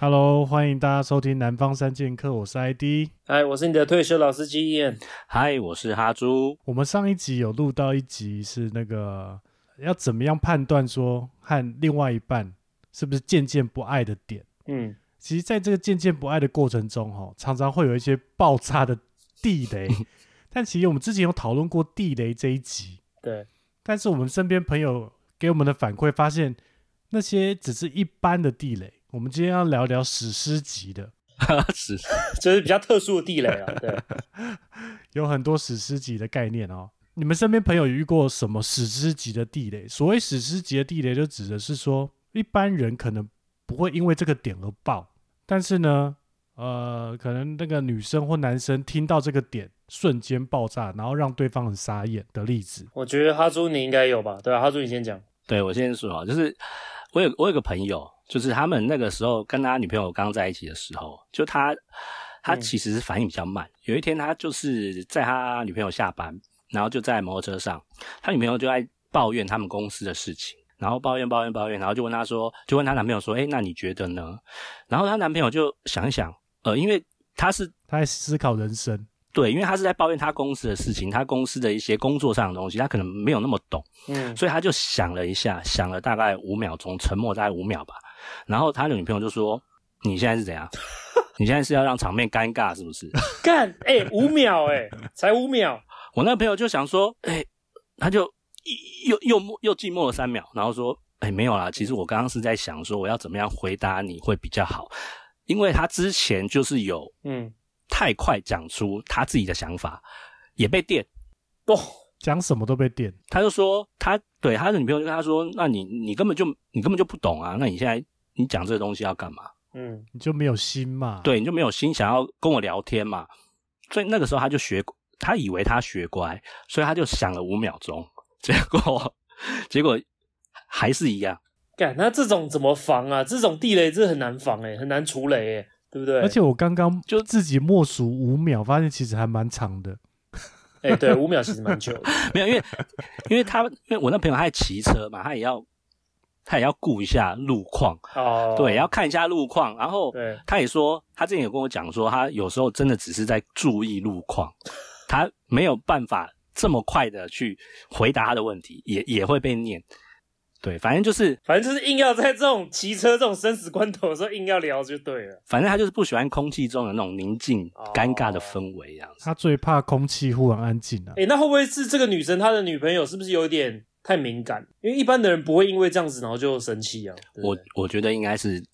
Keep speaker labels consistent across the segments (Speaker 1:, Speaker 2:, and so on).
Speaker 1: Hello，欢迎大家收听《南方三剑客》，我是 ID。
Speaker 2: 嗨，哎我是你的退休老司机 Ian。
Speaker 3: 嗨，我是哈猪。
Speaker 1: 我们上一集有录到一集是那个要怎么样判断说和另外一半是不是渐渐不爱的点。
Speaker 2: 嗯，
Speaker 1: 其实，在这个渐渐不爱的过程中，哈，常常会有一些爆炸的地雷。但其实我们之前有讨论过地雷这一集，
Speaker 2: 对，
Speaker 1: 但是我们身边朋友给我们的反馈发现，那些只是一般的地雷。我们今天要聊聊史诗级的，
Speaker 3: 史诗
Speaker 2: 就是比较特殊的地雷啊。对，
Speaker 1: 有很多史诗级的概念哦。你们身边朋友有遇过什么史诗级的地雷？所谓史诗级的地雷，就指的是说，一般人可能不会因为这个点而爆，但是呢，呃，可能那个女生或男生听到这个点，瞬间爆炸，然后让对方很傻眼的例子。
Speaker 2: 我觉得哈猪你应该有吧？对啊，哈猪你先讲。
Speaker 3: 对我先说啊，就是我有我有个朋友，就是他们那个时候跟他女朋友刚在一起的时候，就他他
Speaker 2: 嗯
Speaker 3: 其实反应比较慢。有一天他就是在他女朋友下班，然后就在摩托车上，他女朋友就在抱怨他们公司的事情。然后抱怨抱怨抱怨，然后就问他说，就问她男朋友说，哎，那你觉得呢？然后她男朋友就想一想，呃，因为他是
Speaker 1: 他在思考人生，
Speaker 3: 对，因为他是在抱怨他公司的事情，他公司的一些工作上的东西，他可能没有那么懂。
Speaker 2: 嗯，
Speaker 3: 所以他就想了一下，想了大概五秒钟，沉默大概五秒吧。然后他的女朋友就说：“你现在是怎样？你现在是要让场面尴尬是不是
Speaker 2: 干，哎、五秒、哎，才五秒。？”
Speaker 3: 我那个朋友就想说：“哎、他就又又默又静默了三秒，然后说：‘哎、没有啦，其实我刚刚是在想说我要怎么样回答你会比较好，因为他之前就是有
Speaker 2: 嗯，
Speaker 3: 太快讲出他自己的想法，也被电。”
Speaker 2: 哦，
Speaker 1: 讲什么都被电。
Speaker 3: 他就说他对他的女朋友就跟他说：“那你你根本就你根本就不懂啊！那你现在你讲这个东西要干嘛？
Speaker 2: 嗯，
Speaker 1: 你就没有心嘛？，
Speaker 3: 对，你就没有心想要跟我聊天嘛？”所以那个时候他就学，他以为他学乖，所以他就想了五秒钟，结果结果还是一样。
Speaker 2: 干，那这种怎么防啊？这种地雷这很难防、哎，很难除雷、哎，对不对？
Speaker 1: 而且，我刚刚就自己默数五秒，发现其实还蛮长的。
Speaker 2: 哎、对，五秒其实蛮久的。
Speaker 3: 没有，因为因为他因为我那朋友他在骑车嘛，他也要他也要顾一下路况，
Speaker 2: 哦，
Speaker 3: 对，
Speaker 1: 啊
Speaker 3: 要看一下路况，然后
Speaker 2: 对，
Speaker 3: 他也说，他之前有跟我讲说，他有时候真的只是在注意路况，他没有办法这么快的去回答他的问题，也也会被念。对，反正就是，
Speaker 2: 反正就是硬要在这种骑车这种生死关头的时候硬要聊就对了。
Speaker 3: 反正他就是不喜欢空气中的那种宁静
Speaker 2: 哦、
Speaker 3: 尴尬的氛围，这样子。
Speaker 1: 他最怕空气忽然安静啊。
Speaker 2: 哎、那会不会是这个女生她的女朋友是不是有点太敏感？因为一般的人不会因为这样子然后就生气啊。对不对
Speaker 3: 我我觉得应该是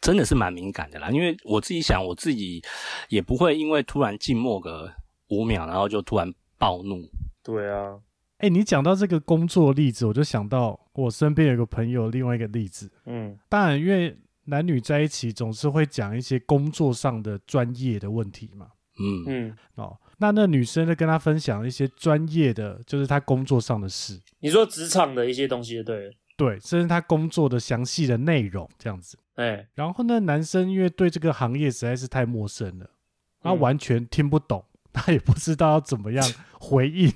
Speaker 3: 真的是蛮敏感的啦，因为我自己想，我自己也不会因为突然静默个五秒，然后就突然暴怒。
Speaker 2: 对啊，
Speaker 1: 哎、你讲到这个工作例子，我就想到我身边有个朋友，另外一个例子。
Speaker 2: 嗯
Speaker 1: 当然，因为男女在一起总是会讲一些工作上的专业的问题嘛。
Speaker 3: 嗯
Speaker 2: 嗯，
Speaker 1: 哦，那那女生就跟他分享一些专业的，就是他工作上的事，
Speaker 2: 你说职场的一些东西就对了。
Speaker 1: 对，这是他工作的详细的内容这样子。
Speaker 2: 哎、
Speaker 1: 然后呢，男生因为对这个行业实在是太陌生了，他
Speaker 2: 嗯
Speaker 1: 完全听不懂，他也不知道要怎么样回应，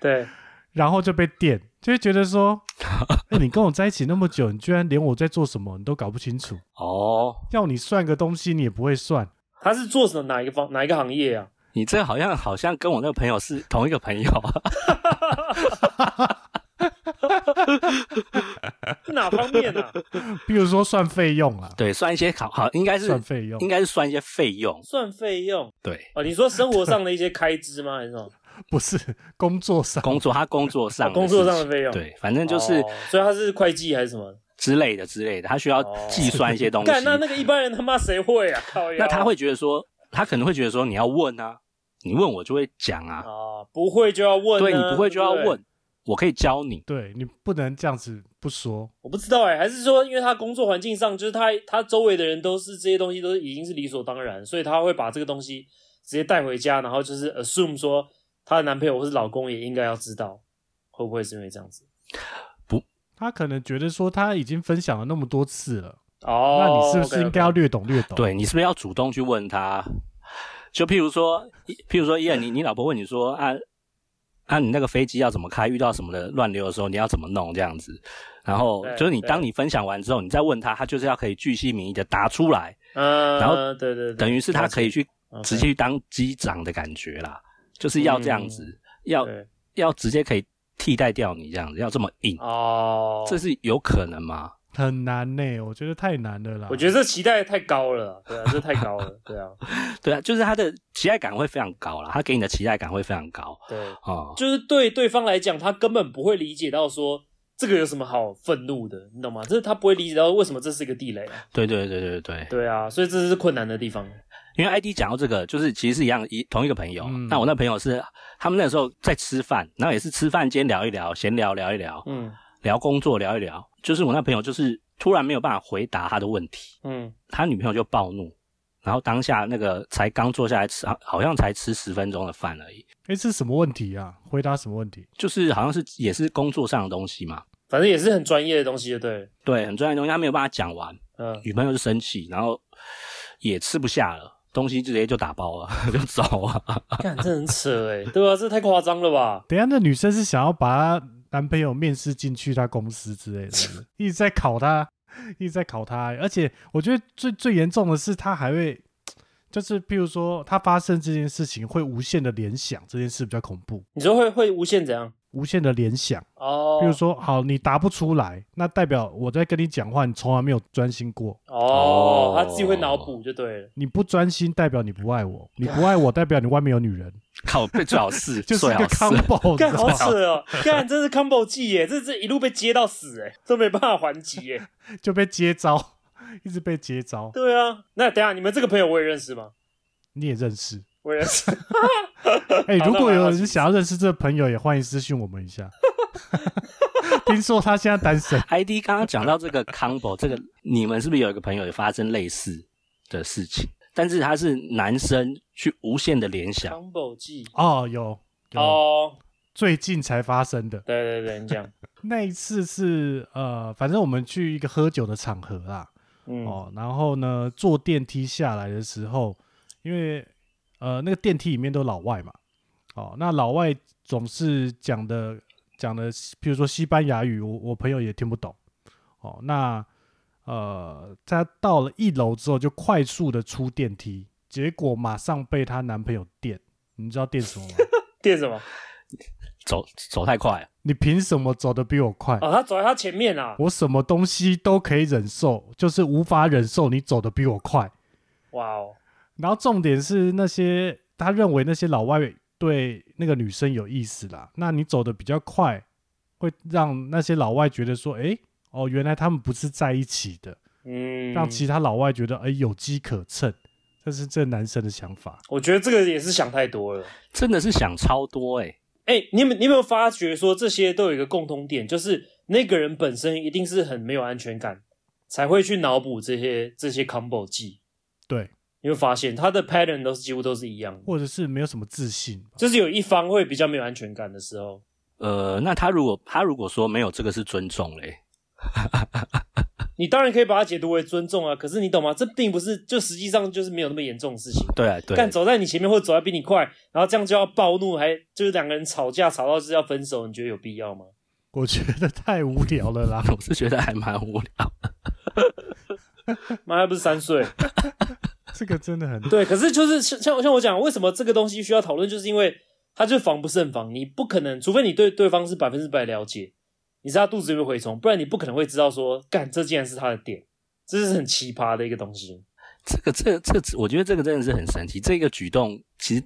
Speaker 2: 对，
Speaker 1: 然后就被电，就会觉得说， 哎、你跟我在一起那么久，你居然连我在做什么你都搞不清楚，
Speaker 3: 哦，
Speaker 1: 要你算个东西你也不会算，
Speaker 2: 他是做什么哪一个方哪一个行业啊？
Speaker 3: 你这好像好像跟我那个朋友是同一个朋友。
Speaker 2: 是哪方面啊？
Speaker 1: 比如说算费用啦，
Speaker 3: 对，算一些考好，应该是
Speaker 1: 算费用
Speaker 3: 应该是算一些费用。
Speaker 2: 算费用
Speaker 3: 对，
Speaker 2: 哦？你说生活上的一些开支吗？还是什么？
Speaker 1: 不是 工作上，
Speaker 3: 工作他工作上
Speaker 2: 哦
Speaker 3: 的
Speaker 2: 工作上
Speaker 3: 事
Speaker 2: 的费用
Speaker 3: 情对，反正就是
Speaker 2: 哦所以他是会计还是什么？
Speaker 3: 之类的之类的，他需要
Speaker 2: 哦
Speaker 3: 计算一些东西。
Speaker 2: 干，那那个一般人他妈谁会 啊？靠腰
Speaker 3: 那他会觉得说，他可能会觉得说，你要问啊，你问我就会讲啊，
Speaker 2: 啊？不会就要问、啊，
Speaker 3: 对你不会就要
Speaker 2: 对对
Speaker 3: 问，我可以教你。
Speaker 1: 对你不能这样子不说，
Speaker 2: 我不知道哎、还是说因为他工作环境上，就是他他周围的人都是这些东西都已经是理所当然，所以他会把这个东西直接带回家，然后就是 assume 说她的男朋友或是老公也应该要知道，会不会是因为这样子？
Speaker 1: 他可能觉得说他已经分享了那么多次了，
Speaker 2: 哦，
Speaker 1: 那你是不是
Speaker 2: OK，OK
Speaker 1: 应该要略懂略懂？
Speaker 3: 对你是不是要主动去问他？就譬如说，譬如说，伊人，你你老婆问你说啊啊，你那个飞机要怎么开？遇到什么的乱流的时候，你要怎么弄这样子？然后
Speaker 2: 对
Speaker 3: 就是你
Speaker 2: 对
Speaker 3: 当你分享完之后，你再问他，他就是要可以据细明义的答出来，
Speaker 2: 嗯，
Speaker 3: 然后
Speaker 2: 对对对，
Speaker 3: 等于是他可以去
Speaker 2: 了解
Speaker 3: 直接去当机长的感觉啦，就是要这样子，要
Speaker 2: 对
Speaker 3: 要直接可以替代掉你这样子，要这么硬，
Speaker 2: 哦，
Speaker 3: 这是有可能吗？
Speaker 1: 很难呢、我觉得太难了啦。
Speaker 2: 我觉得这期待太高了，对啊，这太高了，对啊，
Speaker 3: 对啊，就是他的期待感会非常高啦，他给你的期待感会非常高
Speaker 2: 对，
Speaker 3: 哦。
Speaker 2: 就是对对方来讲，他根本不会理解到说这个有什么好愤怒的，你懂吗？就是他不会理解到为什么这是一个地雷啊，
Speaker 3: 对对对对对，
Speaker 2: 对啊，所以这是困难的地方。
Speaker 3: 因为 ID 讲到这个，就是其实是一样一同一个朋友。
Speaker 1: 嗯
Speaker 3: 那我那朋友是他们那时候在吃饭，然后也是吃饭间聊一聊，闲聊聊一聊，
Speaker 2: 嗯
Speaker 3: 聊工作聊一聊。就是我那朋友就是突然没有办法回答他的问题，
Speaker 2: 嗯，
Speaker 3: 他女朋友就暴怒，然后当下那个才刚坐下来吃，好好像才吃十分钟的饭而已，
Speaker 1: 哎，这是什么问题啊？回答什么问题？
Speaker 3: 就是好像是也是工作上的东西嘛，
Speaker 2: 反正也是很专业的东西，就对了，
Speaker 3: 对，很重要的东西他没有办法讲完，
Speaker 2: 嗯，
Speaker 3: 女朋友就生气，然后也吃不下了。东西直接就打包了， 就走啊了。
Speaker 1: 啊
Speaker 2: 看这很扯哎、对啊，这太夸张了吧？
Speaker 1: 等一下那女生是想要把她男朋友面试进去她公司之类的，是不是一直在考他，一直在考他。而且我觉得最最严重的是，她还会就是譬如说，她发生这件事情会无限的联想，这件事比较恐怖，
Speaker 2: 你说会会无限怎样？
Speaker 1: 无限的联想。
Speaker 2: 哦，
Speaker 1: 比如说，好，你答不出来，那代表我在跟你讲话，你从来没有专心过。
Speaker 2: 哦
Speaker 3: 哦，
Speaker 2: 他自己会脑补就对了。
Speaker 1: 你不专心，代表你不爱我；你不爱我，代表你外面有女人，
Speaker 3: 靠，被最好是，
Speaker 1: 就是
Speaker 3: 最
Speaker 1: 一
Speaker 3: 好
Speaker 1: 个
Speaker 3: 是
Speaker 1: combo，
Speaker 2: 干
Speaker 1: 你知道
Speaker 2: 好
Speaker 1: 吗
Speaker 2: 扯哦！干这是 combo 技耶，这这一路被接到死哎，都没办法还击耶。
Speaker 1: 就被接招，一直被接招。
Speaker 2: 对啊，那等一下你们这个朋友我也认识吗？
Speaker 1: 你也认识，
Speaker 2: 我也 认识。
Speaker 1: 哎、
Speaker 2: 好
Speaker 1: 如
Speaker 2: 那
Speaker 1: 果
Speaker 2: 蛮好
Speaker 1: 有
Speaker 2: 奇
Speaker 1: 人想要认识这个朋友，也欢迎私信我们一下。 听说他现在单身，
Speaker 3: ID 刚刚讲到这个 combo，这个你们是不是有一个朋友也发生类似的事情？但是他是男生去无限的联想，
Speaker 2: combo 技
Speaker 1: 哦，有有、
Speaker 2: 哦，
Speaker 1: 最近才发生的
Speaker 2: 对对对，你
Speaker 1: 哦
Speaker 2: 讲，
Speaker 1: 那一次是呃，反正我们去一个喝酒的场合啊啦，
Speaker 2: 嗯
Speaker 1: 哦，然后呢，坐电梯下来的时候，因为呃那个电梯里面都老外嘛，哦，那老外总是讲的讲的，比如说西班牙语，我我朋友也听不懂，哦，那呃她到了一楼之后就快速的出电梯，结果马上被她男朋友电，你知道电什么吗？
Speaker 2: 电什么？
Speaker 3: 走走太快了，
Speaker 1: 你凭什么走得比我快？
Speaker 2: 哦，他走在他前面啊！
Speaker 1: 我什么东西都可以忍受，就是无法忍受你走得比我快。
Speaker 2: 哇哦，
Speaker 1: 然后重点是那些他认为那些老外对那个女生有意思啦，那你走的比较快，会让那些老外觉得说，诶，哦，原来他们不是在一起的，
Speaker 2: 嗯，
Speaker 1: 让其他老外觉得，诶，有机可乘，这是这男生的想法。
Speaker 2: 我觉得这个也是想太多了。
Speaker 3: 真的是想超多欸诶、
Speaker 2: 哎、你有没有你有没有发觉说这些都有一个共通点，就是那个人本身一定是很没有安全感，才会去脑补这些这些 combo 技。
Speaker 1: 对，
Speaker 2: 你会发现他的 pattern 都是几乎都是一样的，
Speaker 1: 或者是没有什么自信吧，
Speaker 2: 就是有一方会比较没有安全感的时候，
Speaker 3: 呃，那他如果他如果说没有这个是尊重嘞、
Speaker 2: 你当然可以把它解读为尊重啊。可是你懂吗？这并不是就实际上就是没有那么严重的事情。
Speaker 3: 对啊对
Speaker 2: 干走在你前面或者走在比你快，然后这样就要暴怒，还就是两个人吵架吵到就是要分手，你觉得有必要吗？
Speaker 1: 我觉得太无聊了 啦。
Speaker 3: 我是觉得还蛮无聊，
Speaker 2: 妈还不是三岁。
Speaker 1: 这个真的很
Speaker 2: 对，可是就是像像像我讲，为什么这个东西需要讨论，就是因为它就防不胜防，你不可能，除非你对对方是百分之百了解，你知道他肚子有没有蛔虫，不然你不可能会知道说，干这竟然是他的点，这是很奇葩的一个东西。
Speaker 3: 这个这这我觉得这个真的是很神奇，这个举动其实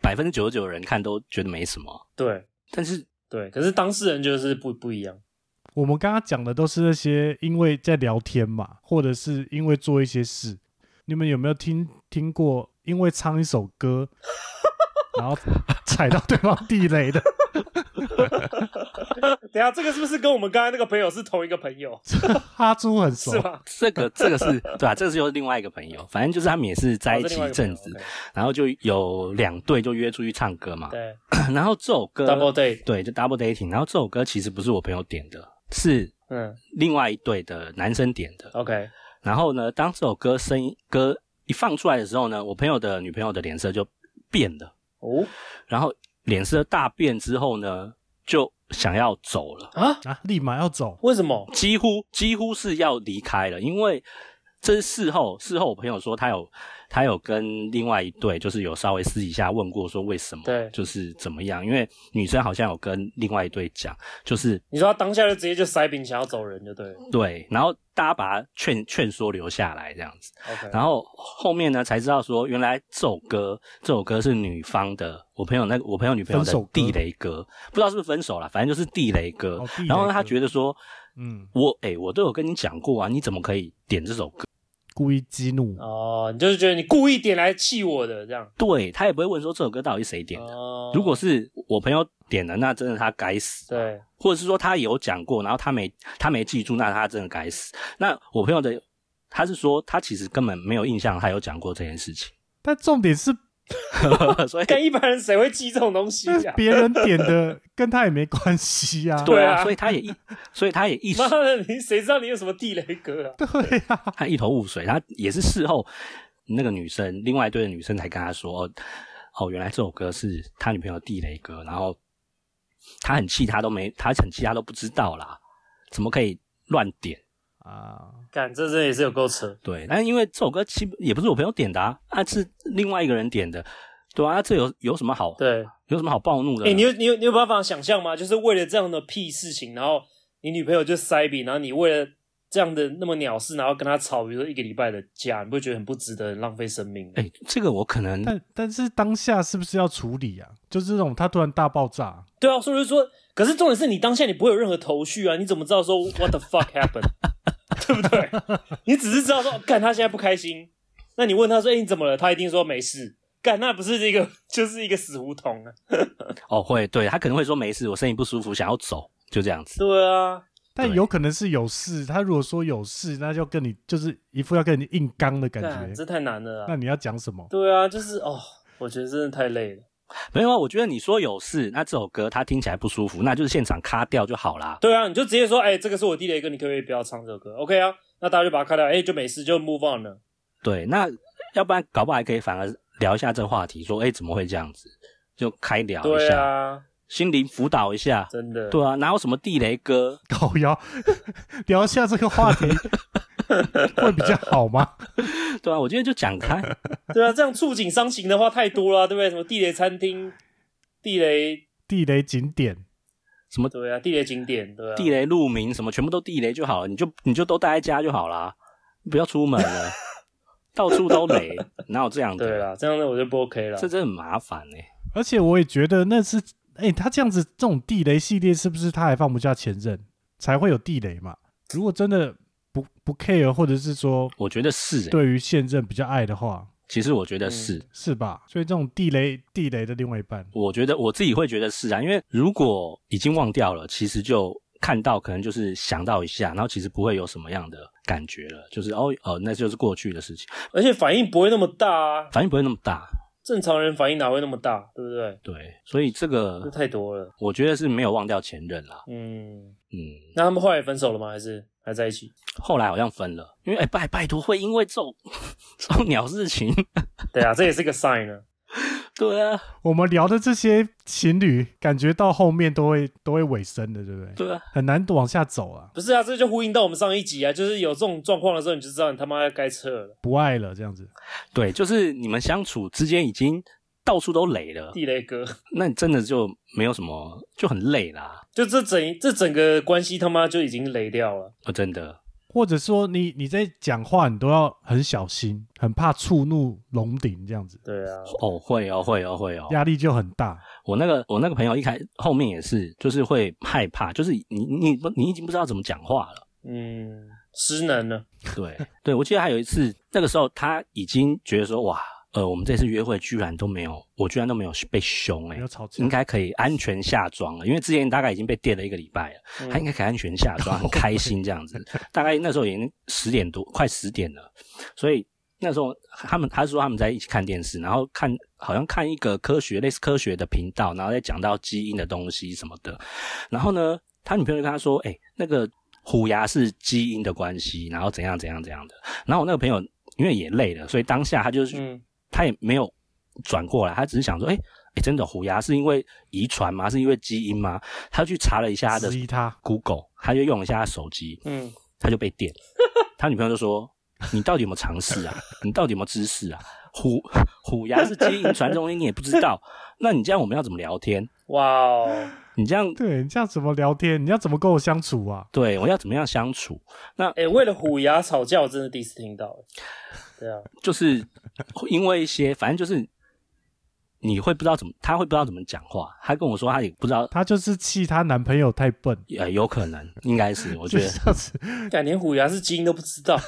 Speaker 3: 百分之九十九的人看都觉得没什么，
Speaker 2: 对
Speaker 3: 但是
Speaker 2: 对，可是当事人就是不不一样。
Speaker 1: 我们刚刚讲的都是那些因为在聊天嘛，或者是因为做一些事。你们有没有听听过因为唱一首 歌，然后踩到对方地雷 的？
Speaker 2: 等一下这个是不是跟我们刚才那个朋友是同一个朋友，
Speaker 1: 哈猪很熟
Speaker 2: 是，吧？
Speaker 3: 这个这个是对吧、啊这个是又是另外一个朋友，反正就是他们也是
Speaker 2: 哦
Speaker 3: 在一起一阵子，然后就有两队就约出去唱歌嘛。
Speaker 2: 对
Speaker 3: 然后这首歌
Speaker 2: ，double date，
Speaker 3: 对，就 double dating。然后这首歌其实不是我朋友点的，是
Speaker 2: 嗯
Speaker 3: 另外一队的男生点的。
Speaker 2: ，OK，
Speaker 3: 然后呢，当这首歌声音歌一放出来的时候呢，我朋友的女朋友的脸色就变了，
Speaker 2: 哦
Speaker 3: 然后脸色大变之后呢，就想要走了。
Speaker 2: 啊，
Speaker 1: 啊，立马要走，
Speaker 2: 为什么？
Speaker 3: 几乎几乎是要离开了，因为这是事后，事后我朋友说他有他有跟另外一对，就是有稍微私底下问过说为什么，
Speaker 2: 对
Speaker 3: 就是怎么样，因为女生好像有跟另外一对讲，就是
Speaker 2: 你说他当下就直接就塞饼想要走人就对了
Speaker 3: 对，然后大家把他劝劝说留下来这样子，
Speaker 2: ，OK，
Speaker 3: 然后后面呢才知道说原来这首歌这首歌是女方的，我朋友那个我朋友女朋友
Speaker 1: 分
Speaker 3: 的
Speaker 1: 手歌
Speaker 3: 地雷歌，不知道是不是分手了，反正就是地雷歌，
Speaker 1: 哦地雷
Speaker 3: 然后呢
Speaker 1: 歌
Speaker 3: 他觉得说。
Speaker 1: 嗯，
Speaker 3: 我哎、我都有跟你讲过啊，你怎么可以点这首歌？
Speaker 1: 故意激怒，
Speaker 2: 哦，你就是觉得你故意点来气我的这样，
Speaker 3: 对他也不会问说这首歌到底谁点的。
Speaker 2: 哦，
Speaker 3: 如果是我朋友点的，那真的他该死；
Speaker 2: 对
Speaker 3: 或者是说他有讲过，然后他没他没记住，那他真的该死。那我朋友的他是说他其实根本没有印象，他有讲过这件事情，
Speaker 1: 但重点是
Speaker 3: 所以
Speaker 2: 但一般人谁会记这种东西
Speaker 1: 那
Speaker 2: 啊？
Speaker 1: 别人点的跟他也没关系啊。
Speaker 3: 对
Speaker 2: 对啊
Speaker 3: 啊，所以他也一所以他也一时
Speaker 2: 妈的，你谁知道你有什么地雷歌啊？
Speaker 1: 对啊，
Speaker 3: 他一头雾水，他也是事后那个女生，另外一对的女生才跟他说，哦，哦原来这首歌是他女朋友地雷歌，然后他很气，他都没，他很气，他都不知道啦，怎么可以乱点？
Speaker 1: 啊，
Speaker 2: 干，这真的也是有够扯。
Speaker 3: 对，但是因为这首歌其也不是我朋友点的啊，啊是另外一个人点的，对啊，这有有什么好
Speaker 2: 对，
Speaker 3: 有什么好暴怒的？
Speaker 2: 哎、你有你有你有办法想象吗？就是为了这样的屁事情，然后你女朋友就塞笔，然后你为了这样的那么鸟事，然后跟她吵，比如说一个礼拜的假，你不会觉得很不值得、很浪费生命？
Speaker 3: 哎、这个我可能
Speaker 1: 但但是当下是不是要处理啊？就这种他突然大爆炸，
Speaker 2: 对啊，所以我就说，可是重点是你当下你不会有任何头绪啊，你怎么知道说 what the fuck happened，对 不对？你只是知道说，干他现在不开心，那你问他说，哎、你怎么了？他一定说没事。干，那不是一个， 就是一个死胡同啊！
Speaker 3: 哦会，对他可能会说没事，我身体不舒服，想要走，就这样子。
Speaker 2: 对啊，
Speaker 1: 但
Speaker 3: 对
Speaker 1: 有可能是有事。他如果说有事，那就跟你就是一副要跟你硬刚的感
Speaker 2: 干，
Speaker 1: 觉。
Speaker 2: 这太难了
Speaker 1: 那
Speaker 2: 啊！
Speaker 1: 你要讲什么？
Speaker 2: 对啊，就是哦，我觉得真的太累了。
Speaker 3: 没有啊，我觉得你说有事，那这首歌它听起来不舒服，那就是现场卡掉就好啦。
Speaker 2: 对啊，你就直接说，哎、这个是我地雷歌，你可不可以不要唱这首歌？OK 啊，那大家就把它开掉，哎、就没事，就 move on 了。
Speaker 3: 对，那要不然搞不好还可以反而聊一下这个话题，说哎怎么会这样子，就开聊一
Speaker 2: 对
Speaker 3: 下，
Speaker 2: 啊，
Speaker 3: 心灵辅导一下。
Speaker 2: 真的。
Speaker 3: 对啊，哪有什么地雷歌？
Speaker 1: 搞腰聊一下这个话 题会比较好吗？
Speaker 3: 对啊，我今天就讲开。
Speaker 2: 对啊，这样触景伤情的话太多了啊、对不对？什么地雷餐厅、地雷，
Speaker 1: 地雷景点，
Speaker 2: 对啊，地雷景点，对啊，
Speaker 3: 地雷路名什么，全部都地雷就好了，你就你就都待在家就好啦，你不要出门了，到处都雷，哪有这样
Speaker 2: 对
Speaker 3: 的？
Speaker 2: 啦，这样的我就不 OK 了
Speaker 3: 这。真的很麻烦哎、
Speaker 1: 而且我也觉得那是，哎、他这样子这种地雷系列是不是他还放不下前任，才会有地雷嘛？如果真的不不 care，或者是说
Speaker 3: 我觉得是、欸，
Speaker 1: 对于现任比较爱的话，
Speaker 3: 其实我觉
Speaker 2: 嗯
Speaker 3: 得是，
Speaker 1: 是吧？所以这种地雷地雷的另外一半，
Speaker 3: 我觉得我自己会觉得是啊，因为如果已经忘掉了，其实就看到可能就是想到一下，然后其实不会有什么样的感觉了，就是哦哦，那就是过去的事情，
Speaker 2: 而且反应不会那么大啊，
Speaker 3: 反应不会那么大，
Speaker 2: 正常人反应哪会那么大，对不对？
Speaker 3: 对，所以这
Speaker 2: 这
Speaker 3: 个
Speaker 2: 太多了。
Speaker 3: 我觉得是没有忘掉前任啦，
Speaker 2: 嗯，
Speaker 3: 嗯，
Speaker 2: 那他们后来分手了吗？还是还在一起？
Speaker 3: 后来好像分了，因为哎拜拜托会因为这种 这种鸟事情，
Speaker 2: 对啊，这也是个 sign 啊。
Speaker 3: 对啊
Speaker 1: 我们聊的这些情侣，感觉到后面都会都会尾声的，对不对？
Speaker 3: 对啊，
Speaker 1: 很难往下走啊，
Speaker 2: 不是啊，这就呼应到我们上一集啊，就是有这种状况的时候，你就知道你他妈该撤了，
Speaker 1: 不爱了这样子。
Speaker 3: 对，就是你们相处之间已经到处都累了，
Speaker 2: 地雷哥。
Speaker 3: 那你真的就没有什么就很累啦，
Speaker 2: 就这整这整个关系他妈就已经雷掉了。
Speaker 3: 哦真的。
Speaker 1: 或者说你你在讲话，你都要很小心，很怕触怒龙顶这样子，
Speaker 2: 对啊，
Speaker 3: 哦，会哦，会哦，会哦。
Speaker 1: 压力就很大。
Speaker 3: 我那个我那个朋友一开后面也是，就是会害怕，就是你你不你已经不知道怎么讲话了。
Speaker 2: 嗯，失能了。
Speaker 3: 对 对，我记得还有一次，那个时候他已经觉得说哇，呃，我们这次约会居然都没有，我居然都没有被凶哎、
Speaker 1: 没有吵架
Speaker 3: 应该可以安全下妆了，因为之前大概已经被电了一个礼拜了，
Speaker 2: 嗯
Speaker 3: 他应该可以安全下妆，很开心这样子。大概那时候已经十点多，快十点了，所以那时候他们他说他们在一起看电视，然后看好像看一个科学类似科学的频道，然后再讲到基因的东西什么的。然后呢，他女朋友就跟他说：“哎、那个虎牙是基因的关系，然后怎样怎样怎样的。”然后我那个朋友因为也累了，所以当下他就是、
Speaker 2: 嗯
Speaker 3: 他也没有转过来，他只是想说：“哎、哎，真的虎牙是因为遗传吗？是因为基因吗？”他去查了一下他的
Speaker 1: 质疑他
Speaker 3: Google，他就用了一下他手机，
Speaker 2: 嗯，
Speaker 3: 他就被电。他女朋友就说：“你到底有没有尝试啊？ 你到底有没有知识啊？虎虎牙是基因遗传这东西你也不知道， 那你这样我们要怎么聊天？
Speaker 2: 哇哦，
Speaker 3: 你这样
Speaker 1: 对你这样怎么聊天？你要怎么跟我相处啊？
Speaker 3: 对我要怎么样相处？
Speaker 2: 哎，为了虎牙吵架，我真的第一次听到。对啊，
Speaker 3: 就是因为一些，反正就是你会不知道怎么，他会不知道怎么讲话。他跟我说他也不知道，
Speaker 1: 她就是气她男朋友太笨，
Speaker 3: 呃，有可能应该是，我
Speaker 1: 就
Speaker 3: 觉
Speaker 1: 是这样子。
Speaker 2: 敢连虎牙是基因都不知道，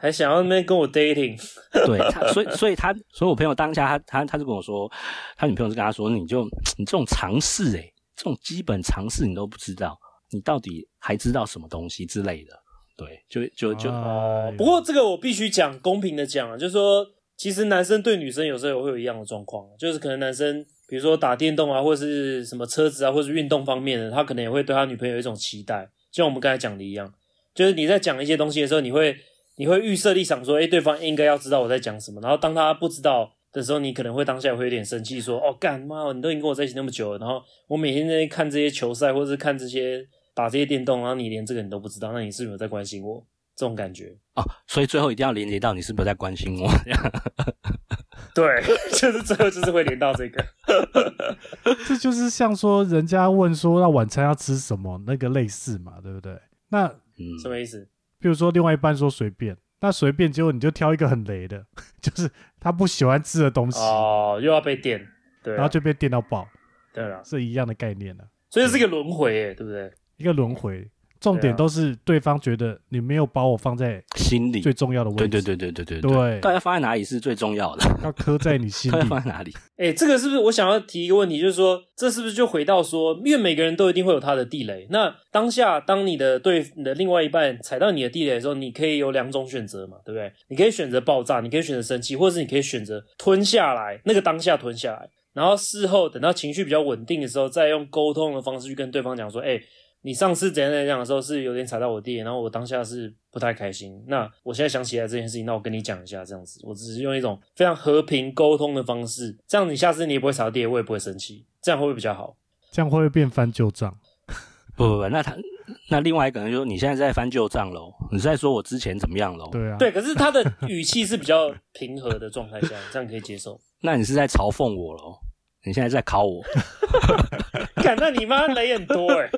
Speaker 2: 还想要那边跟我 dating，
Speaker 3: 得 对。他所以所以他，所以我朋友当下他他他就跟我说，他女朋友就跟他说，你就你这种常识诶、这种基本常识你都不知道，你到底还知道什么东西之类的。对，就就哦就、
Speaker 1: 哎呦
Speaker 2: 不过这个我必须讲，公平的讲啊，就是说，其实男生对女生有时候也会有一样的状况，啊就是可能男生比如说打电动啊，或是什么车子啊，或是运动方面的，他可能也会对他女朋友有一种期待，就像我们刚才讲的一样，就是你在讲一些东西的时候，你会你会预设立场说，哎、对方应该要知道我在讲什么，然后当他不知道。的时候，你可能会当下会有点生气，说：“哦，干妈，你都已经跟我在一起那么久了，然后我每天在那边看这些球赛，或者是看这些打这些电动，然后你连这个你都不知道，那你是不是有在关心我？”这种感觉，
Speaker 3: 哦，所以最后一定要连接到你是不是在关 心我？这样
Speaker 2: 对， 就是最后就是会连到 这个。
Speaker 1: 这就是像说人家问说那晚餐要吃什么那个类似嘛，对不对？那
Speaker 3: 嗯，
Speaker 2: 什么意思？
Speaker 1: 比如说另外一半说随便，那随便结果你就挑一个很雷的， 就是他不喜欢吃的东西，
Speaker 2: 哦，又要被电，对啊、
Speaker 1: 然后就被电到爆，
Speaker 2: 对了，
Speaker 1: 是一样的概念的、
Speaker 2: 所以这是一个轮回耶，对不对？啊
Speaker 1: 一个轮回。重点都是对方觉得你没有把我放在
Speaker 3: 心理
Speaker 1: 最重要的位
Speaker 3: 对
Speaker 1: 置，
Speaker 3: 对对对对对
Speaker 1: 对
Speaker 3: 到底要放在哪里是最重要的，
Speaker 1: 要刻在你心
Speaker 3: 到
Speaker 1: 里。
Speaker 3: 底要 放在哪里？
Speaker 2: 哎、这个是不是我想要提一个问题，就是说，这是不是就回到说，因为每个人都一定会有他的地雷。那当下，当你的对你的另外一半踩到你的地雷的时候，你可以有两种选择嘛，对不对？你可以选择爆炸，你可以选择生气，或者是你可以选择吞下来，那个当下吞下来，然后事后等到情绪比较稳定的时候，再用沟通的方式去跟对方讲说，哎、你上次怎样怎样的时候是有点踩到我地雷，然后我当下是不太开心。那我现在想起来这件事情，那我跟你讲一下，这样子，我只是用一种非常和平沟通的方式，这样你下次你也不会踩到地雷，我也不会生气，这样会不会比较好？
Speaker 1: 这样会不会变翻旧账？
Speaker 3: 不不不，那他那另外一个人就说你现在在翻旧账喽，你是在说我之前怎么样喽？
Speaker 1: 对啊，
Speaker 2: 对，可是他的语气是比较平和的状态下，这样可以接受。
Speaker 3: 那你是在嘲讽我喽？你现在在考我，
Speaker 2: 感那你妈雷很多哎、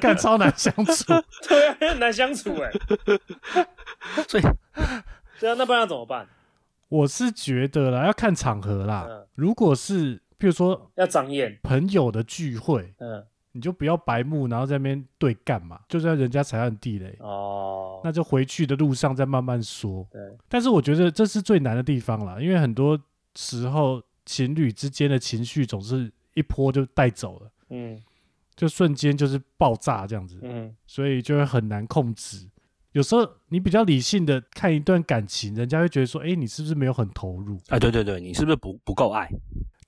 Speaker 1: 干超难相 处。
Speaker 2: 对啊，很难相处哎、
Speaker 3: 所以
Speaker 2: 对啊，那不然要怎么办？
Speaker 1: 我是觉得啦，要看场合啦
Speaker 2: 嗯。
Speaker 1: 如果是譬如说
Speaker 2: 要长眼，
Speaker 1: 朋友的聚会，
Speaker 2: 嗯，
Speaker 1: 你就不要白目，然后在那边对干嘛，就算人家踩到你地雷，
Speaker 2: 哦，
Speaker 1: 那就回去的路上再慢慢说。
Speaker 2: 对，
Speaker 1: 但是我觉得这是最难的地方啦，因为很多时候情侣之间的情绪总是一波就带走了，
Speaker 2: 嗯
Speaker 1: 就瞬间就是爆炸这样子，
Speaker 2: 嗯，
Speaker 1: 所以就会很难控制。有时候你比较理性的看一段感情，人家会觉得说，哎，你是不是没有很投入？
Speaker 3: 啊，对对对，你是不是不不够爱？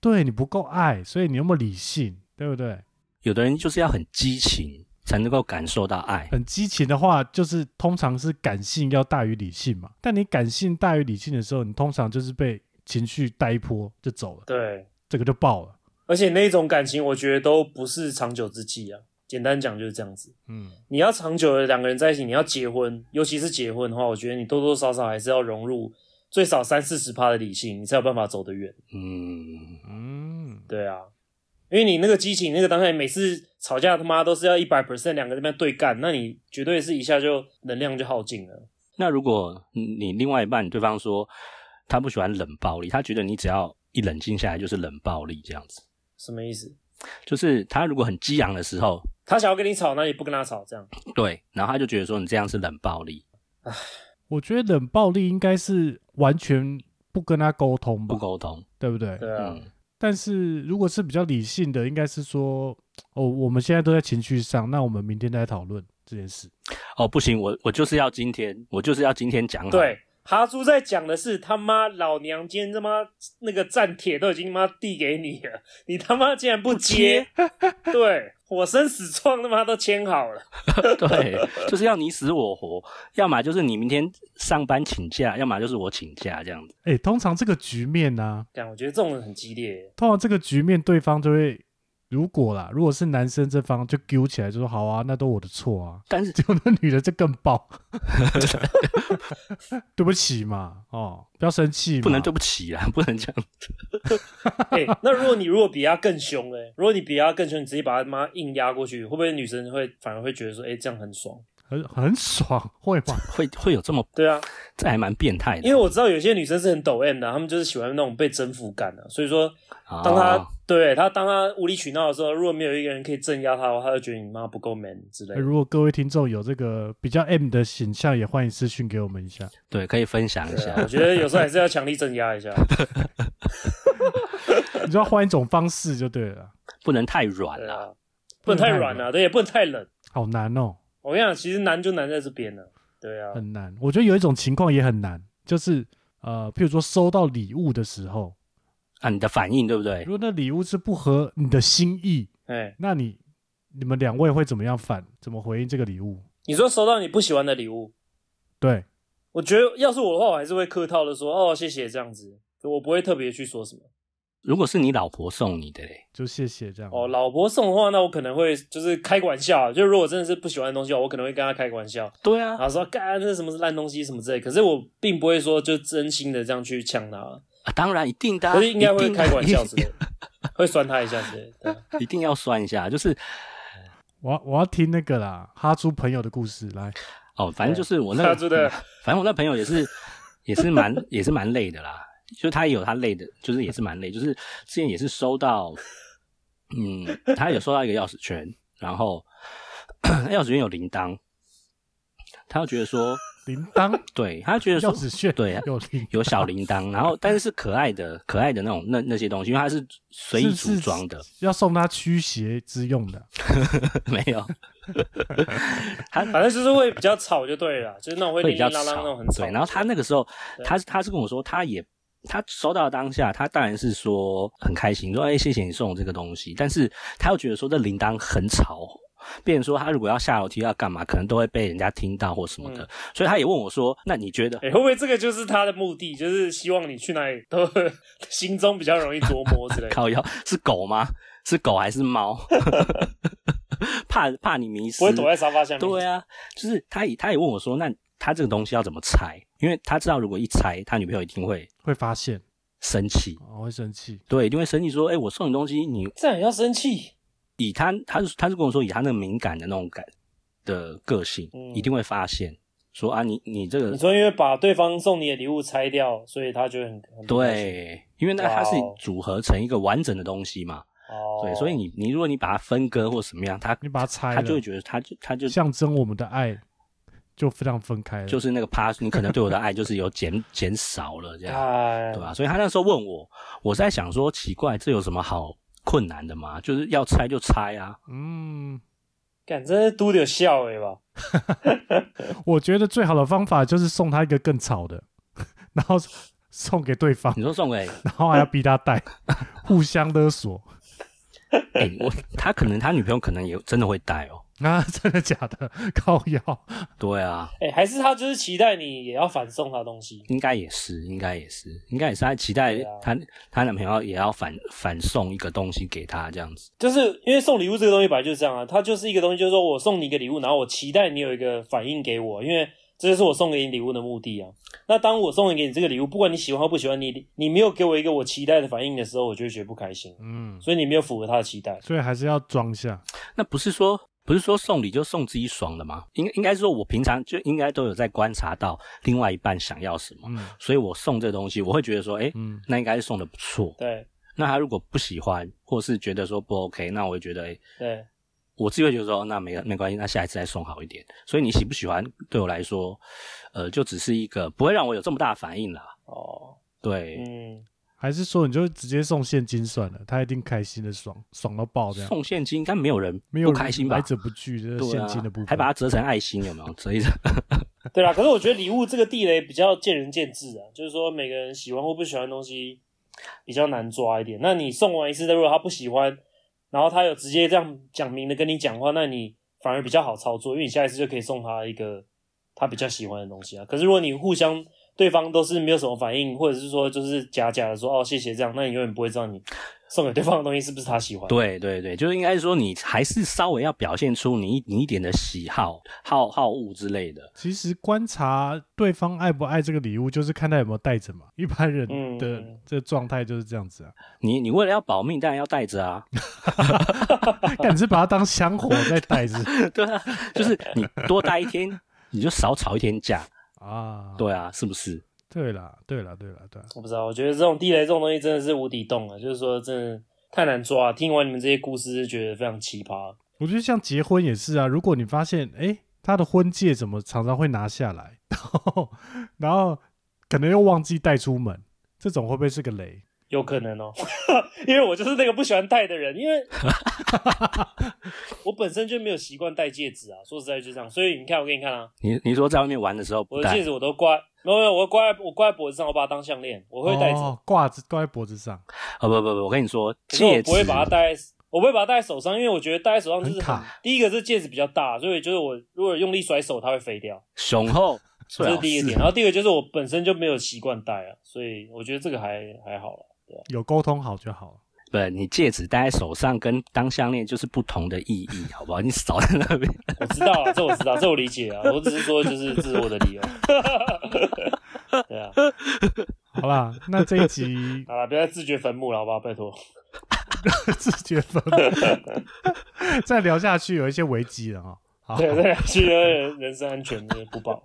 Speaker 1: 对你不够爱，所以你有没有理性，对不对？
Speaker 3: 有的人就是要很激情才能够感受到爱，
Speaker 1: 很激情的话，就是通常是感性要大于理性嘛。但你感性大于理性的时候，你通常就是被情绪带一波就走了，
Speaker 2: 对。
Speaker 1: 这个就爆了。
Speaker 2: 而且那种感情，我觉得都不是长久之计啊。简单讲就是这样子。
Speaker 1: 嗯，
Speaker 2: 你要长久的两个人在一起，你要结婚，尤其是结婚的话，我觉得你多多少少还是要融入最少三四十趴的理性，你才有办法走得远。
Speaker 3: 嗯，
Speaker 1: 嗯，
Speaker 2: 对啊，因为你那个激情，那个当下每次吵架他妈都是要一百 percent 两个人在那边对干，那你绝对是一下就能量就耗尽了。
Speaker 3: 那如果你另外一半对方说他不喜欢冷暴力，他觉得你只要一冷静下来就是冷暴力这样子，
Speaker 2: 什么意思？
Speaker 3: 就是他如果很激昂的时候，
Speaker 2: 他想要跟你吵，那你不跟他吵，这样
Speaker 3: 对，然后他就觉得说你这样是冷暴力，
Speaker 1: 我觉得冷暴力应该是完全不跟他沟通吧，
Speaker 3: 不沟通，
Speaker 1: 对不对？
Speaker 2: 对啊，
Speaker 3: 嗯，
Speaker 1: 但是如果是比较理性的，应该是说，哦，我们现在都在情绪上，那我们明天再讨论这件事。
Speaker 3: 哦，不行，我我就是要今天，我就是要今天讲好。
Speaker 2: 对。哈猪在讲的是他妈老娘今天他妈那个站铁都已经他妈递给你了，你他妈竟然不接， 对，火生死状他妈都签好了，
Speaker 3: 对，就是要你死我活，要么就是你明天上班请假，要么就是我请假这样子。
Speaker 1: 哎，通常这个局面呢、
Speaker 2: 干，我觉得这种人很激烈，
Speaker 1: 通常这个局面对方就会如果啦，如果是男生这方就揪起来就说好啊，那都我的错啊。
Speaker 3: 但是
Speaker 1: 结果那女的就更爆， 对不起嘛，哦，不要生气嘛，
Speaker 3: 不能对不起啊， 不能这样。
Speaker 2: 哎、那如果你如果比他更凶嘞，如果你比他更凶，你直接把他妈硬压过去，会不会女生会反而会觉得说，哎、这样很爽？
Speaker 1: 很很爽，会吗？
Speaker 3: 会会有这么，
Speaker 2: 对啊，
Speaker 3: 这还蛮变态
Speaker 2: 因
Speaker 3: 的。
Speaker 2: 为我知道有些女生是很抖 M 的，她们就是喜欢那种被征服感的、所以说
Speaker 3: 啊
Speaker 2: 当她、对她当她无理取闹的时候，如果没有一个人可以镇压她的话，她就觉得你妈不够 man 之类
Speaker 1: 呃
Speaker 2: 的。
Speaker 1: 如果各位听众有这个比较 M 的形象，也欢迎私讯给我们一下。
Speaker 3: 对可以分享一
Speaker 2: 对
Speaker 3: 下
Speaker 2: 啊， 我，觉得有时候还是要强力镇压一下。
Speaker 1: 你就要换一种方式就对了，
Speaker 3: 不能太软
Speaker 2: 对
Speaker 3: 了。
Speaker 2: 啊，不能太软了、对，也不能太冷。
Speaker 1: 好难哦，
Speaker 2: 我跟你讲，其实难就难在这边了、对啊，
Speaker 1: 很难。我觉得有一种情况也很难，就是呃，譬如说收到礼物的时候，
Speaker 3: 啊，你的反应对不对
Speaker 1: 如？果那礼物是不合你的心意，
Speaker 2: 哎、
Speaker 1: 那你你们两位会怎么样反？怎么回应这个礼物？
Speaker 2: 你说收到你不喜欢的礼物，
Speaker 1: 对，
Speaker 2: 我觉得要是我的话，我还是会客套的说哦谢谢这样子，我不会特别去说什么。
Speaker 3: 如果是你老婆送你的嘞，
Speaker 1: 就谢谢这样。
Speaker 2: 哦，老婆送的话，那我可能会就是开个玩笑，啊就如果真的是不喜欢的东西，哦我可能会跟她开个玩笑，
Speaker 3: 对啊
Speaker 2: 然，后说干这什么是烂东西什么之类。可是我并不会说就真心的这样去呛她，
Speaker 3: 啊当然一定的啊，
Speaker 2: 可是应该
Speaker 3: 一
Speaker 2: 会
Speaker 3: 定的
Speaker 2: 开个玩笑之类的，会酸她一下之类的。对啊
Speaker 3: 一定 要酸一下，就是
Speaker 1: 我要我要听那个啦，哈猪朋友的故事来。
Speaker 3: 哦，反正就是我那
Speaker 2: 他
Speaker 3: 个嗯
Speaker 2: 真的，
Speaker 3: 反正我那朋友也是也是蛮也是蛮累的啦，就他也有他累的，就是也是蛮累，就是之前也是收到，嗯，他有收到一个钥匙圈，然后 钥匙圈有铃铛，他就觉得说，
Speaker 1: 铃 铛
Speaker 3: 对他觉得
Speaker 1: 钥
Speaker 3: 说
Speaker 1: 匙圈
Speaker 3: 对啊
Speaker 1: 有铃，
Speaker 3: 有小铃铛，然后但是是可爱的可爱的那种那那些东西，因为它是随意组装的，
Speaker 1: 是，是要送他驱邪之用的。
Speaker 3: 没有
Speaker 2: 反正就是会比较吵就对了啦，就是那种会
Speaker 3: 会
Speaker 2: 铃
Speaker 3: 比较
Speaker 2: 铃啷啷那种
Speaker 3: 吵
Speaker 2: 很，吵。
Speaker 3: 对。然后他那个时候，他他是跟我说，他也他收到的当下，他当然是说很开心，说哎、谢谢你送我这个东西，但是他又觉得说这铃铛很吵。变成说他如果要下楼梯要干嘛，可能都会被人家听到或什么的，
Speaker 2: 嗯
Speaker 3: 所以他也问我说：“那你觉得
Speaker 2: 哎、会不会这个就是他的目的，就是希望你去哪里都 心中比较容易琢磨之类的？
Speaker 3: 靠腰是狗吗？是狗还是猫？ 怕怕你迷失，
Speaker 2: 不会躲在沙发下面。
Speaker 3: 对啊，就是他也他也问我说，那他这个东西要怎么拆？因为他知道如果一拆，他女朋友一定会
Speaker 1: 会发现，
Speaker 3: 生气，
Speaker 1: 我、会生气。
Speaker 3: 对，一定会生气说，哎、我送你东西，你
Speaker 2: 这样也要生气？
Speaker 3: 以他他是他是跟我说，以他那个敏感的那种感的个性，
Speaker 2: 嗯
Speaker 3: 一定会发现说啊，你你这
Speaker 2: 你
Speaker 3: 个
Speaker 2: 说因为把对方送你的礼物拆掉，所以他就很很不开心
Speaker 3: 对，因为那它是
Speaker 2: 哇哦
Speaker 3: 组合成一个完整的东西嘛，
Speaker 2: 哦，
Speaker 3: 对，所以你你如果你把它分割或什么样，他
Speaker 1: 你把它拆
Speaker 3: 他
Speaker 1: 了，
Speaker 3: 就会觉得他就他就
Speaker 1: 象征我们的爱就非常分开了。
Speaker 3: 就是那个 pass，你可能对我的爱就是有减减少了这样。
Speaker 2: 哎，
Speaker 3: 对吧、啊所以他那时候问我，我在想说，奇怪，这有什么好困难的吗？就是要拆就拆啊，
Speaker 1: 嗯，
Speaker 2: 干真是嘟点笑哎吧？
Speaker 1: 我觉得最好的方法就是送他一个更吵的， 然后送给对方，
Speaker 3: 你说送给
Speaker 1: 然后还要逼他带， 互相勒索
Speaker 3: 哎、我，他可能他女朋友可能也真的会带哦。
Speaker 1: 啊！ 真的假的？靠腰，
Speaker 3: 对啊，
Speaker 2: 哎、还是他就是期待你也要反送他东西？
Speaker 3: 应该也是，应该也是，应该也是他期待
Speaker 2: 对啊
Speaker 3: 他、他男朋友也要反反送一个东西给他这样子。
Speaker 2: 就是因为送礼物这个东西本来就是这样啊，它就是一个东西，就是说我送你一个礼物，然后我期待你有一个反应给我，因为这就是我送给你礼物的目的啊。啊那当我送给你这个礼物，不管你喜欢或不喜欢，你你没有给我一个我期待的反应的时候，我就会觉得不开心，
Speaker 1: 嗯，
Speaker 2: 所以你没有符合他的期待。
Speaker 1: 所以还是要装一下。
Speaker 3: 那不是说不是说送礼就送自己爽的吗？应该应该是说我平常就应该都有在观察到另外一半想要什么，
Speaker 1: 嗯
Speaker 3: 所以我送这东西，我会觉得说，哎、
Speaker 1: 嗯，
Speaker 3: 那应该是送的不错。
Speaker 2: 对
Speaker 3: 那他如果不喜欢，或是觉得说不 OK，那我会觉得，哎、
Speaker 2: 对，
Speaker 3: 我自己会觉得说，哦那没没关系，那下一次再送好一点。所以你喜不喜欢，对我来说，呃，就只是一个不会让我有这么大的反应啦。
Speaker 2: 哦，
Speaker 3: 对，
Speaker 2: 嗯，
Speaker 1: 还是说你就直接送现金算了，他一定开心的爽，爽到爆这样。
Speaker 3: 送现金应该没有人
Speaker 1: 没有
Speaker 3: 不开心吧
Speaker 1: 来？者不拒，这是
Speaker 3: 对
Speaker 1: 现
Speaker 3: 啊
Speaker 1: 金的部分，，哦
Speaker 3: 还把它折成爱心，有没有？折一折。
Speaker 2: 对啦。可是我觉得礼物这个地雷比较见仁见智啊，就是说每个人喜欢或不喜欢的东西比较难抓一点。那你送完一次，如果他不喜欢，然后他有直接这样讲明的跟你讲话，那你反而比较好操作，因为你下一次就可以送他一个他比较喜欢的东西啊。可是如果你互相对方都是没有什么反应，或者是说就是假假的说哦谢谢这样，那你永远不会知道你送给对方的东西是不是他喜欢？
Speaker 3: 对对对，就是应该说你还是稍微要表现出你一你一点的喜好、好好恶之类的。
Speaker 1: 其实观察对方爱不爱这个礼物，就是看他有没有带着嘛。一般人
Speaker 2: 嗯
Speaker 1: 的这状态就是这样子啊，
Speaker 3: 你你为了要保命，当然要带着啊。
Speaker 1: 感觉把它当香火在带着
Speaker 3: 对啊，就是你多待一天，你就少吵一天架。
Speaker 1: 啊。
Speaker 3: 对啊，是不是？
Speaker 1: 对啦，对啦，对啦，对啦。
Speaker 2: 我不知道，我觉得这种地雷这种东西真的是无底洞啊，就是说真的太难抓。听完你们这些故事，就觉得非常奇葩。
Speaker 1: 我觉得像结婚也是啊，如果你发现哎、诶他的婚戒怎么常常会拿下来，然后然后可能又忘记带出门，这种会不会是个雷？
Speaker 2: 有可能哦， 因为我就是那个不喜欢戴的人，因为我本身就没有习惯戴戒指啊。说实在就这样，所以你看我给你看啊，
Speaker 3: 你你说在外面玩的时候不
Speaker 2: 我的
Speaker 3: 带
Speaker 2: 戒，指我都挂，没有没有，我挂在我挂在脖子上，我把它当项链，我会戴着，
Speaker 1: 哦，挂着挂在脖子上，
Speaker 3: 哦不不不，我跟你说，
Speaker 2: 可是我
Speaker 3: 戒指
Speaker 2: 不会把它戴在，我不会把它戴在手上，因为我觉得戴在手上就是
Speaker 1: 很
Speaker 2: 很
Speaker 1: 卡
Speaker 2: 第一个是戒指比较大，所以就是我如果用力甩手，它会飞掉，
Speaker 3: 雄厚，
Speaker 2: 这是
Speaker 3: 最好
Speaker 2: 第一个点。然啊后第二个就是我本身就没有习惯戴啊，所以我觉得这个还还好了。
Speaker 1: 有沟通好就好了。
Speaker 3: 不，你戒指戴在手上跟当项链就是不同的意义，好不好？你少在那边。
Speaker 2: 我知道啊，这我知道，这我理解啊，我只是说就是这是我的理由。对啊，
Speaker 1: 好啦，那这一集
Speaker 2: 好了，不要再自掘坟墓了，好不好？拜托。
Speaker 1: 自觉分， 再聊下去有一些危机了哈。好，
Speaker 2: 对，对，去呃人人身安全也不保。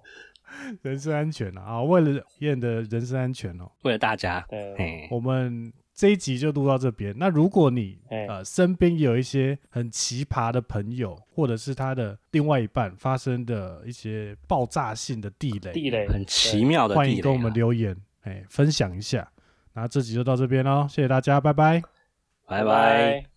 Speaker 1: 人身安全啊，好为了燕的人身安全哦，
Speaker 3: 为了大家，
Speaker 2: 对，
Speaker 3: 嘿，
Speaker 1: 我们这一集就录到这边。那如果你
Speaker 2: 哎
Speaker 1: 呃身边有一些很奇葩的朋友，或者是他的另外一半发生的一些爆炸性的地雷，
Speaker 2: 地雷
Speaker 3: 很奇妙的
Speaker 1: 欢
Speaker 3: 地
Speaker 1: 迎
Speaker 3: 雷、啊。
Speaker 1: 跟我们留言，哎，分享一下。那这集就到这边喽，谢谢大家，拜拜。
Speaker 3: 拜拜。